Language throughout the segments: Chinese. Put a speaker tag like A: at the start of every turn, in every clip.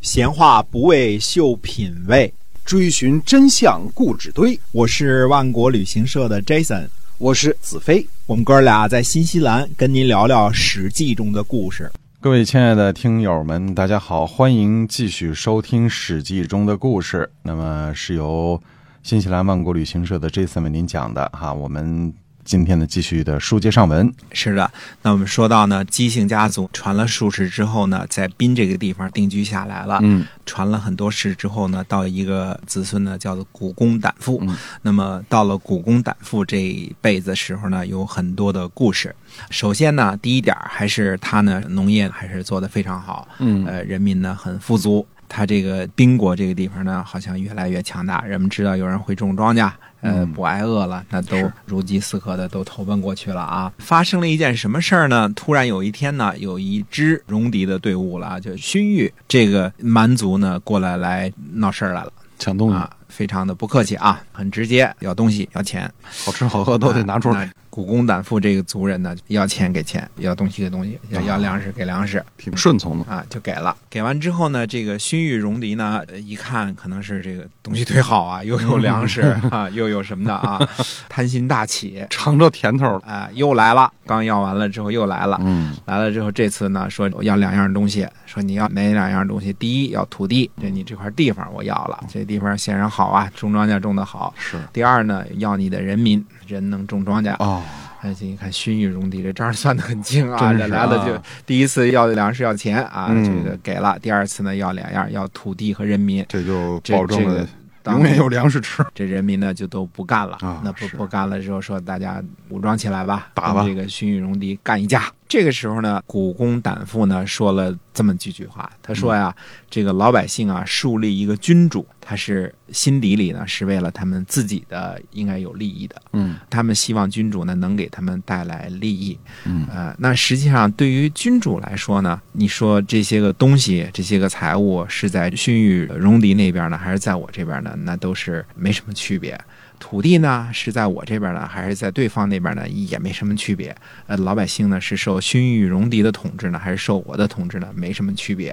A: 闲话不为秀品味，
B: 追寻真相故纸堆。
A: 我是万国旅行社的 Jason，
B: 我是子飞。
A: 我们哥俩在新西兰跟您聊聊《史记》中的故事。
C: 各位亲爱的听友们，大家好，欢迎继续收听《史记》中的故事。那么是由新西兰万国旅行社的 Jason 为您讲的哈。我们今天呢，继续的书接上文。
A: 是的，那我们说到呢，姬姓家族传了数世之后呢，在滨这个地方定居下来了。
C: 嗯，
A: 传了很多世之后呢，到一个子孙呢叫做古公胆父。
C: 嗯
A: 那么到了古公胆父这一辈子时候呢，有很多的故事。首先呢，第一点儿还是他呢农业还是做得非常好，
C: 嗯
A: 呃，人民呢很富足。他这个宾国这个地方呢，好像越来越强大。人们知道有人会种庄稼，呃，
C: 嗯
A: 不挨饿了，那都
C: 是
A: 如饥似渴的都投奔过去了啊。发生了一件什么事儿呢？突然有一天呢，有一支戎狄的队伍了啊，就荀彧这个蛮族呢过来来闹事儿来了
C: 抢东西、
A: 啊，非常的不客气啊，很直接，要东西要钱。啊
C: 好吃好喝都得拿出来
A: 那。古公胆父这个族人呢，要钱给钱，要东西给东西，要
C: 啊
A: 要粮食给粮食
C: 挺顺从的。
A: 啊，就给了。给完之后呢，这个荀彧、戎狄呢，呃一看可能是这个东西忒好啊，又有
C: 嗯
A: 粮食啊，又有什么的 啊，贪心大起
C: 尝着甜头了。
A: 啊，又来了。刚要完了之后又来了，
C: 嗯
A: 来了之后，这次呢说我要两样东西，说你要哪两样东西？第一要土地，这你这块地方我要了，这地方显然好啊，种庄稼种得好。
C: 嗯是
A: 第二呢，要你的人民，人能种庄稼。
C: 哦，
A: 而且你看荀彧、戎狄这招儿算得很精啊，
C: 真是
A: 这来了就
C: 啊
A: 第一次要粮食要钱啊，
C: 嗯
A: 这个给了；第二次呢要两样，要土地和人民。
C: 这就
A: 这
C: 保证
A: 这
C: 了
A: 个
C: 永远有粮食吃。
A: 这人民呢就都不干了，
C: 啊
A: 那不
C: 是
A: 不干了之后说大家武装起来吧，
C: 打吧
A: 跟这个荀彧、戎狄干一架。这个时候呢，古公胆父呢说了这么几句话，他说
C: 嗯
A: 呀，这个老百姓啊树立一个君主，他是心底里呢是为了他们自己的应该有利益的，
C: 嗯
A: 他们希望君主呢能给他们带来利益。
C: 嗯
A: 呃，那实际上对于君主来说呢，你说这些个东西、这些个财物是在荀彧、戎狄那边呢，还是在我这边呢？那都是没什么区别。土地呢是在我这边呢，还是在对方那边呢，也没什么区别。呃，老百姓呢是受荀彧、戎狄的统治呢，还是受我的统治呢，没什么区别。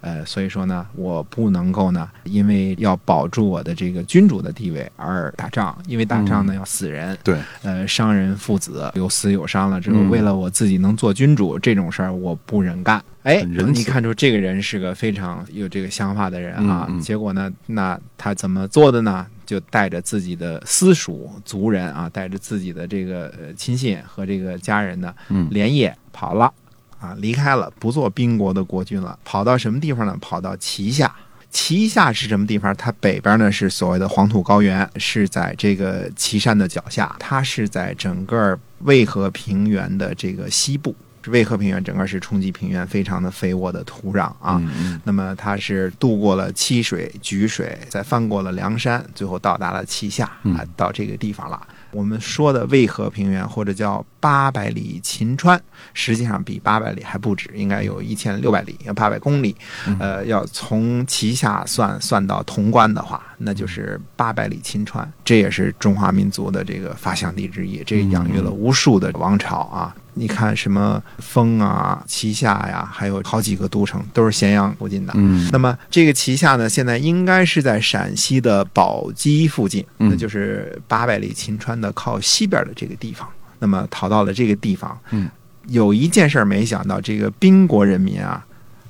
A: 呃，所以说呢，我不能够呢，因为要保住我的这个君主的地位而打仗，因为打仗呢、要死人，
C: 对，
A: 呃，伤人父子，有死有伤了之后，
C: 嗯
A: 为了我自己能做君主这种事儿，我不忍干。哎
C: 很，仁慈
A: 你看出这个人是个非常有这个想法的人啊。
C: 嗯嗯
A: 结果呢，那他怎么做的呢？就带着自己的私属族人啊，带着自己的这个呃亲信和这个家人呢，
C: 嗯
A: 连夜跑了啊，离开了，不做宾国的国君了，跑到什么地方呢？跑到齐夏。齐夏是什么地方？它北边呢是所谓的黄土高原，是在这个岐山的脚下，它是在整个渭河平原的这个西部。渭河平原整个是冲积平原，非常的肥沃的土壤啊。
C: 嗯嗯
A: 那么它是渡过了七水、沮水，再翻过了梁山，最后到达了齐夏
C: 嗯
A: 啊，到这个地方了。我们说的渭河平原，或者叫八百里秦川，实际上比八百里还不止，应该有一千六百里，要八百公里。
C: 嗯
A: 呃，要从旗下算算到潼关的话，那就是八百里秦川，这也是中华民族的这个发祥地之一，这养育了无数的王朝啊。你看什么封啊、旗下呀，还有好几个都城都是咸阳附近的。
C: 嗯
A: 那么这个旗下呢，现在应该是在陕西的宝鸡附近，
C: 嗯
A: 那就是八百里秦川的靠西边的这个地方。那么逃到了这个地方，
C: 嗯，
A: 有一件事儿没想到，这个宾国人民啊，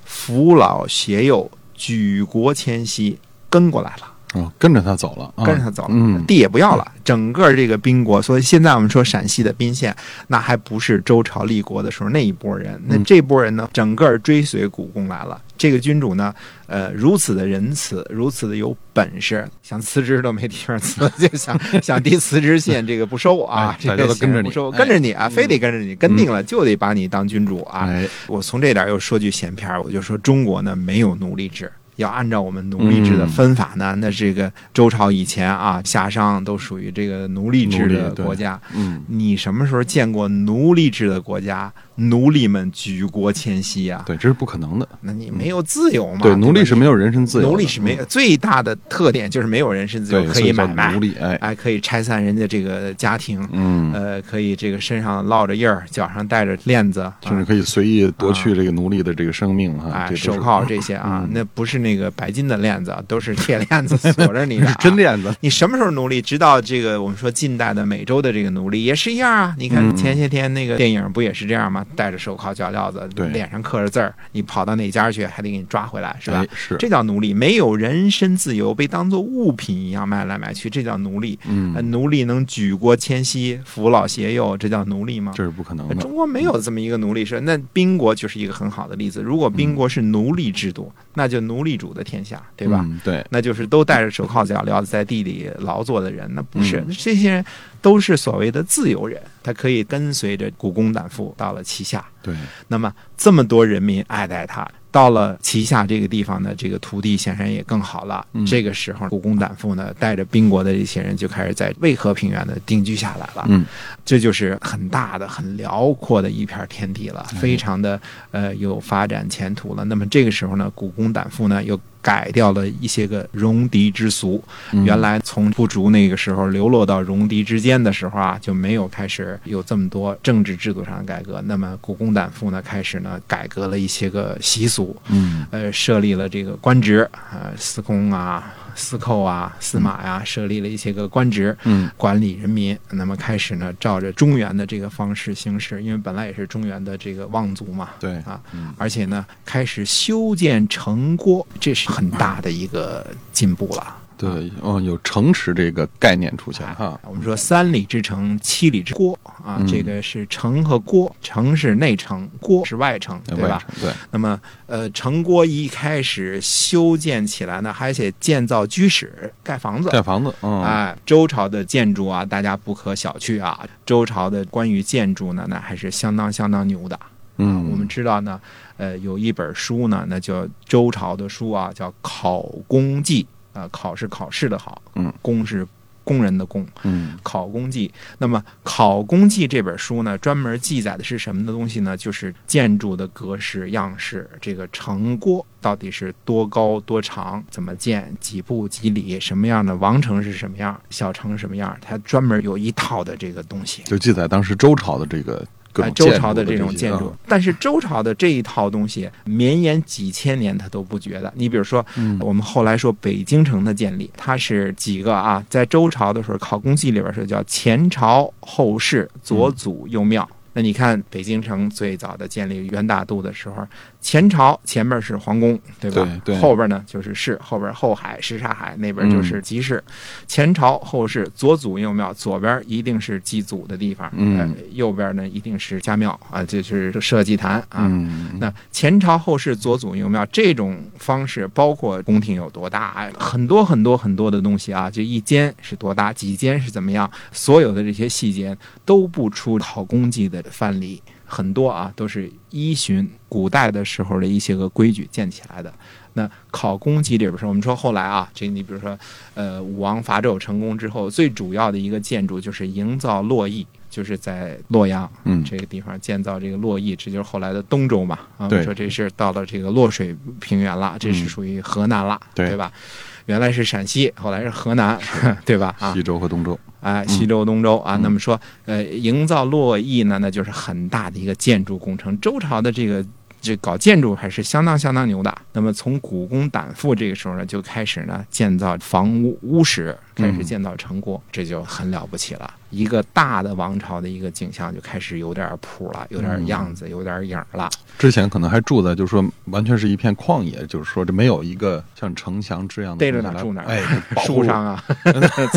A: 扶老携幼，举国迁徙，跟过来了，
C: 哦，跟着他走了，啊
A: 跟着他走了，
C: 嗯，
A: 地也不要了，整个这个宾国。所以现在我们说陕西的宾县，那还不是周朝立国的时候那一波人，那
C: 嗯
A: 这波人呢，整个追随古公来了。这个君主呢，呃，如此的仁慈，如此的有本事，想辞职都没地方辞，就 想想递辞职信，这个不收啊
C: 哎，
A: 这
C: 大家
A: 个
C: 都跟着你
A: 不收，
C: 哎嗯
A: 跟着你啊，非得跟着你，跟定了就得把你当君主啊。
C: 哎，
A: 我从这点儿又说句闲篇儿，我就说中国呢没有奴隶制。要按照我们奴隶制的分法呢，那这个周朝以前啊，夏商都属于这个奴隶制
C: 奴
A: 的
C: 隶对
A: 国家。
C: 嗯，
A: 你什么时候见过奴隶制的国家？奴隶们举国迁徙啊，
C: 对，这是不可能的。
A: 那你没有自由嘛？
C: 对，
A: 吧
C: 奴隶是没有人身自由的，嗯
A: 奴隶是没有最大的特点就是没有人身自由，
C: 对，
A: 可
C: 所以叫
A: 买卖
C: 奴，隶，哎，
A: 哎，可以拆散人家这个家庭，
C: 嗯，
A: 呃，可以这个身上落着印儿，脚上带着链子，
C: 甚至可以随意夺去这个奴隶的这个生命哈，
A: 哎，
C: 啊这都是
A: 手铐这些啊
C: 嗯，
A: 那不是那个白金的链子啊，都是铁链 子锁着你的、啊
C: 是真。链子，
A: 你什么时候奴隶？直到这个我们说近代的美洲的这个奴隶也是一样啊。你看
C: 嗯
A: 前些天那个电影不也是这样吗？戴着手铐脚镣子
C: 对，
A: 脸上刻着字儿，你跑到哪家去，还得给你抓回来，是吧
C: 哎？是，
A: 这叫奴隶，没有人身自由，被当做物品一样卖来卖去，这叫奴隶。
C: 嗯
A: 呃，奴隶能举国迁徙、扶老携幼，这叫奴隶吗？
C: 这是不可能
A: 呃
C: 的。
A: 中国没有这么一个奴隶社，那宾国就是一个很好的例子。如果宾国是奴隶制度，那就奴隶主的天下，对吧？
C: 嗯对，
A: 那就是都戴着手铐脚镣在地里劳作的人，那不是、
C: 嗯
A: 这些人都是所谓的自由人，他可以跟随着古公旦夫到了旗下。
C: 对，
A: 那么这么多人民爱戴他，到了旗下这个地方呢，这个土地显然也更好了。
C: 嗯
A: 这个时候，古公胆父呢，带着宾国的这些人就开始在渭河平原呢定居下来了。
C: 嗯，
A: 这就是很大的、很辽阔的一片天地
C: 哎
A: 了，非常的呃有发展前途了。那么这个时候呢，古公胆父呢又改掉了一些个戎狄之俗，
C: 嗯
A: 原来从部族那个时候流落到戎狄之间的时候啊，就没有开始有这么多政治制度上的改革。那么古公胆父呢，开始呢改革了一些个习俗，
C: 嗯
A: 呃，设立了这个官职，呃，司空啊、司寇啊、司马呀、设立了一些个官职。
C: 嗯
A: 管理人民，那么开始呢，照着中原的这个方式行事，因为本来也是中原的这个望族嘛，
C: 对
A: 啊
C: 嗯，
A: 而且呢，开始修建城郭，这是很大的一个进步了。
C: 对，
A: 啊
C: 哦，有城池这个概念出现哈，
A: 我们说三里之城，七里之郭啊，
C: 嗯
A: 这个是城和郭，城是内城，郭是外城，对吧？？
C: 对，
A: 那么，呃，城郭一开始修建起来呢，还得建造居室，盖房子。
C: 盖房子，嗯，
A: 哎，周朝的建筑啊，大家不可小觑啊。周朝的关于建筑呢，那还是相当相当牛的。
C: 嗯，
A: 啊我们知道呢，呃，有一本书呢，那叫周朝的书啊，叫《考工记》啊、考是考试的考，
C: 嗯，
A: 工是工人的工。
C: 嗯
A: 《考工记》。那么，《考工记》这本书呢，专门记载的是什么的东西呢？就是建筑的格式、样式，这个城郭到底是多高、多长，怎么建，几步几里，什么样的王城是什么样，小城是什么样，它专门有一套的这个东西。
C: 就记载当时周朝的这个各
A: 啊，
C: 种
A: 周朝
C: 的嗯
A: 这种
C: 些
A: 建
C: 啊
A: 筑，，但是周朝的这一套东西绵延几千年，它都不觉得。你比如说，
C: 嗯
A: 我们后来说北京城的建立，它是几个啊？在周朝的时候，《考工记》里边说叫前朝后世，左祖右庙。嗯那你看北京城最早的建立元大都的时候，前朝前面是皇宫，对吧？
C: 对对
A: 后边呢就是市，后边后海、什刹海那边就是集市。前朝后世，左祖右庙，左边一定是祭祖的地方，
C: 嗯
A: 呃右边呢一定是家庙啊，这是社稷坛啊。
C: 嗯，
A: 那前朝后世左祖右庙这种方式，包括宫廷有多大，哎很多很多很多的东西啊，这一间是多大，几间是怎么样，所有的这些细节都不出考功绩的范例，很多啊都是依循古代的时候的一些个规矩建起来的。那考功绩里边说，我们说后来啊，这你比如说，呃，武王伐纣成功之后，最主要的一个建筑就是营造洛邑，就是在洛阳
C: 嗯
A: 这个地方建造这个洛邑，这就是后来的东周嘛。啊，我
C: 对嗯
A: 们说这是到了这个洛水平原了，这是属于河南了，
C: 对
A: 对吧？原来是陕西，后来是河南， 对吧？啊，
C: 西周和东周，
A: 哎，西周、东周啊，那么说，呃，营造洛邑呢，那就是很大的一个建筑工程。周朝的这个这搞建筑还是相当相当牛的。那么从古公胆父这个时候呢，就开始呢建造房屋屋室，开始建造城郭，这就很了不起了。一个大的王朝的一个景象就开始有点谱了，有点样子，有点影儿了。
C: 之前可能还住在就是说完全是一片旷野，就是说这没有一个像城墙这样的
A: 逮着
C: 东
A: 哪
C: 西
A: 儿住哪儿，
C: 来哎，保护
A: 树上啊，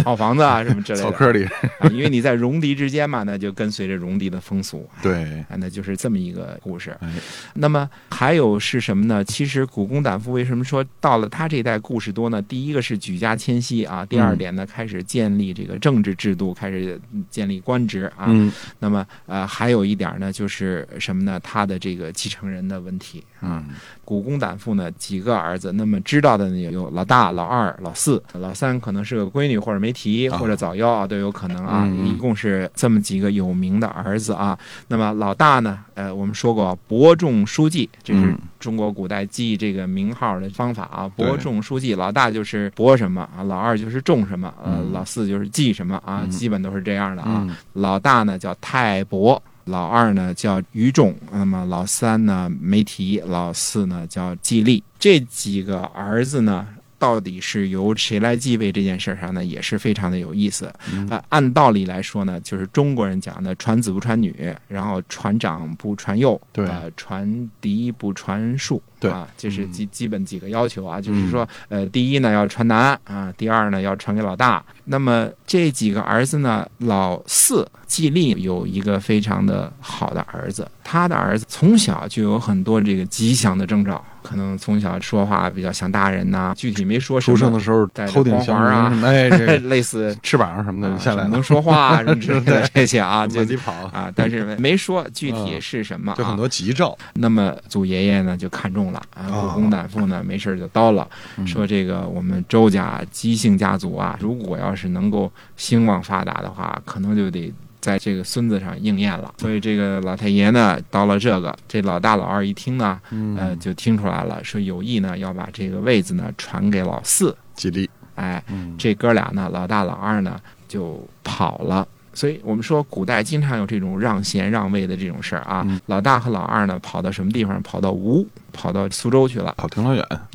A: 草房子啊什么之类
C: 草
A: 的。
C: 棵里，
A: 啊因为你在戎狄之间嘛，那就跟随着戎狄的风俗。
C: 对，
A: 啊，那就是这么一个故事。
C: 哎，
A: 那么还有是什么呢？其实古公胆父为什么说到了他这一代故事多呢？第一个是举家迁徙啊，第二
C: 嗯
A: 点呢，开始建立这个政治制度，开始建立官职啊。
C: 嗯
A: 那么呃，还有一点呢，就是什么呢？他的这个继承人的问题啊。
C: 嗯
A: 古公胆父呢几个儿子，那么知道的呢有有老大、老二、老四，老三可能是个闺女或者没提
C: 啊
A: 或者早夭啊都有可能啊，
C: 嗯嗯
A: 一共是这么几个有名的儿子啊。那么老大呢，呃，我们说过伯仲叔季，这是
C: 嗯
A: 中国古代记这个名号的方法啊。
C: 对
A: 伯仲叔季，老大就是伯什么啊，老二就是仲什么，呃，
C: 嗯
A: 老四就是季什么啊，
C: 嗯
A: 基本都是这样的啊。
C: 嗯
A: 老大呢叫泰伯老二呢叫于仲，那么老三呢梅提，老四呢叫季历。这几个儿子呢，到底是由谁来继位这件事儿上呢，也是非常的有意思。
C: 嗯
A: 呃，按道理来说呢，就是中国人讲的传子不传女，然后传长不传幼，
C: 对
A: 呃，传嫡不传庶，
C: 对嗯
A: 啊，就是基基本几个要求啊，就是说，呃，第一呢要传男啊，第二呢要传给老大。那么这几个儿子呢，老四季历有一个非常的好的儿子，他的儿子从小就有很多这个吉祥的征兆，可能从小说话比较像大人呐、具体没说什
C: 出
A: 么。
C: 生的时候
A: 带着
C: 头顶
A: 光
C: 祥
A: 环啊
C: 云，哎，这 个
A: 类似
C: 翅膀什么的
A: 啊
C: 下
A: 什
C: 来
A: 么
C: 了
A: 能，说话啊什么之类 的这些啊，就
C: 满地跑，
A: 啊，但是没说具体是什么、啊，
C: 嗯就很多吉兆，
A: 那么祖爷爷呢就看中了啊，
C: 哦嗯
A: 古公胆父呢没事儿就叨了，说这个我们周家姬姓家族啊，如果要是能够兴旺发达的话，可能就得。在这个孙子上应验了，
C: 嗯
A: 所以这个老太爷呢，到了这个，这老大老二一听呢，
C: 嗯
A: 呃，就听出来了，说有意呢要把这个位子呢传给老四，
C: 吉利，
A: 哎，
C: 嗯，
A: 这哥俩呢，老大老二呢就跑了。所以我们说，古代经常有这种让贤让位的这种事儿啊。
C: 嗯
A: 老大和老二呢，跑到什么地方？跑到吴，跑到苏州去了，
C: 跑挺老远，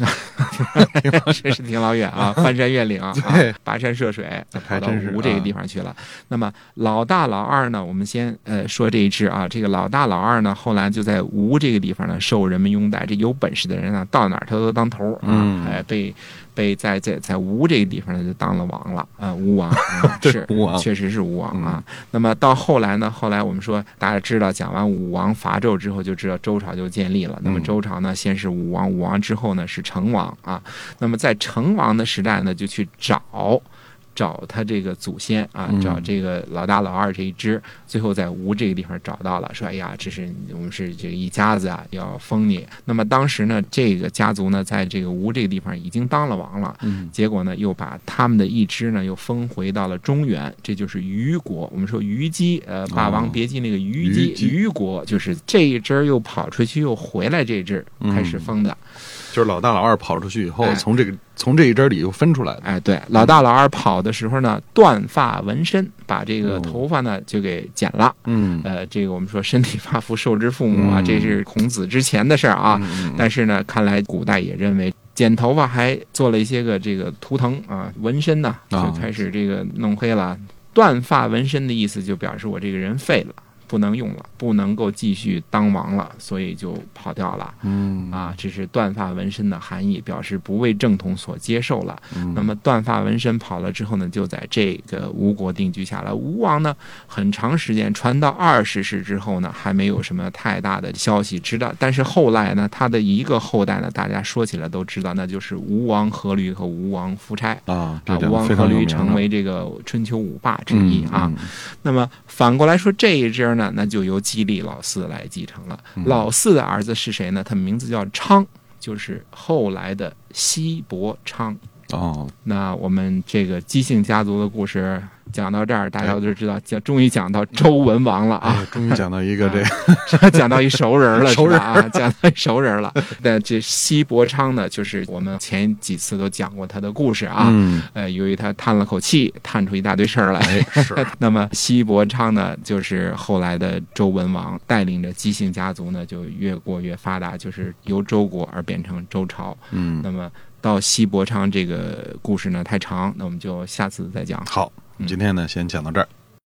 A: 真是挺老远 啊，翻山越岭啊，
C: 对
A: 跋山涉水，跑
C: 还
A: 到
C: 真是
A: 吴这个
C: 啊
A: 地方去了。那么老大老二呢，我们先呃说这一支啊，这个老大老二呢，后来就在吴这个地方呢受人们拥戴。这有本事的人啊，到哪儿他都当头儿啊，
C: 嗯
A: 哎，被被在在在吴这个地方呢就当了王了啊，吴 王啊
C: 对
A: 是
C: 吴王
A: 确实是吴王啊。那么到后来呢，后来我们说大家知道，讲完武王伐纣之后，就知道周朝就建立了。那么
C: 嗯
A: 周朝呢，先是武王，武王之后呢是成王啊。那么在成王的时代呢，就去找。找他这个祖先啊，
C: 嗯
A: 找这个老大老二这一支，最后在吴这个地方找到了，说哎呀，这是我们是这个一家子啊，要封你。那么当时呢，这个家族呢，在这个吴这个地方已经当了王了，
C: 嗯，
A: 结果呢，又把他们的一支呢又封回到了中原，这就是虞国。我们说虞姬，呃，《霸
C: 哦
A: 王别姬》那个虞
C: 虞
A: 姬，
C: 姬
A: 虞国就是这一支儿又跑出去又回来，这支儿开始
C: 嗯
A: 封的。
C: 就是老大老二跑出去以后，
A: 哎
C: 从这个从这一支儿里又分出来的，
A: 哎，对，老大老二跑的时候呢，断发纹身，把这个头发呢就给剪了。
C: 嗯
A: 呃，这个我们说身体发肤受之父母啊，
C: 嗯
A: 这是孔子之前的事儿啊。
C: 嗯
A: 但是呢，看来古代也认为剪头发还做了一些个这个图腾啊，纹身呐、
C: 啊
A: 就开始这个弄黑了。断发纹身的意思就表示我这个人废了，不能用了，不能够继续当王了，所以就跑掉了。
C: 嗯
A: 啊，这是断发纹身的含义，表示不为正统所接受了。
C: 嗯
A: 那么断发纹身跑了之后呢，就在这个吴国定居下来。吴王呢，很长时间传到二十世之后呢，还没有什么太大的消息，知道。但是后来呢，他的一个后代呢，大家说起来都知道，那就是吴王阖闾和吴王夫差。
C: 啊，这
A: 啊，
C: 两
A: 吴
C: 个
A: 王
C: 非
A: 阖
C: 常有
A: 闾
C: 名的
A: 成为这个春秋五霸之
C: 嗯
A: 一啊。
C: 嗯
A: 那么反过来说，这一支呢，那就由季历老四来继承了。
C: 嗯
A: 老四的儿子是谁呢？他名字叫昌，就是后来的西伯昌。
C: 哦，
A: 那我们这个姬姓家族的故事讲到这儿，大家都知道，讲终于讲到周文王了啊
C: 哎，，终于讲到一个这个，
A: 讲到一熟人了，
C: 哎熟人
A: 是吧 啊，讲到一熟人了。那这西伯昌呢，就是我们前几次都讲过他的故事 啊。
C: 嗯，
A: 呃，由于他叹了口气，叹出一大堆事儿来，
C: 哎，是，
A: 那么西伯昌呢，就是后来的周文王带领着姬姓家族呢，就越过越发达，就是由周国而变成周朝。
C: 嗯，
A: 那么到西伯昌这个故事呢太长，那我们就下次再讲。
C: 好，
A: 嗯
C: 今天呢先讲到这儿，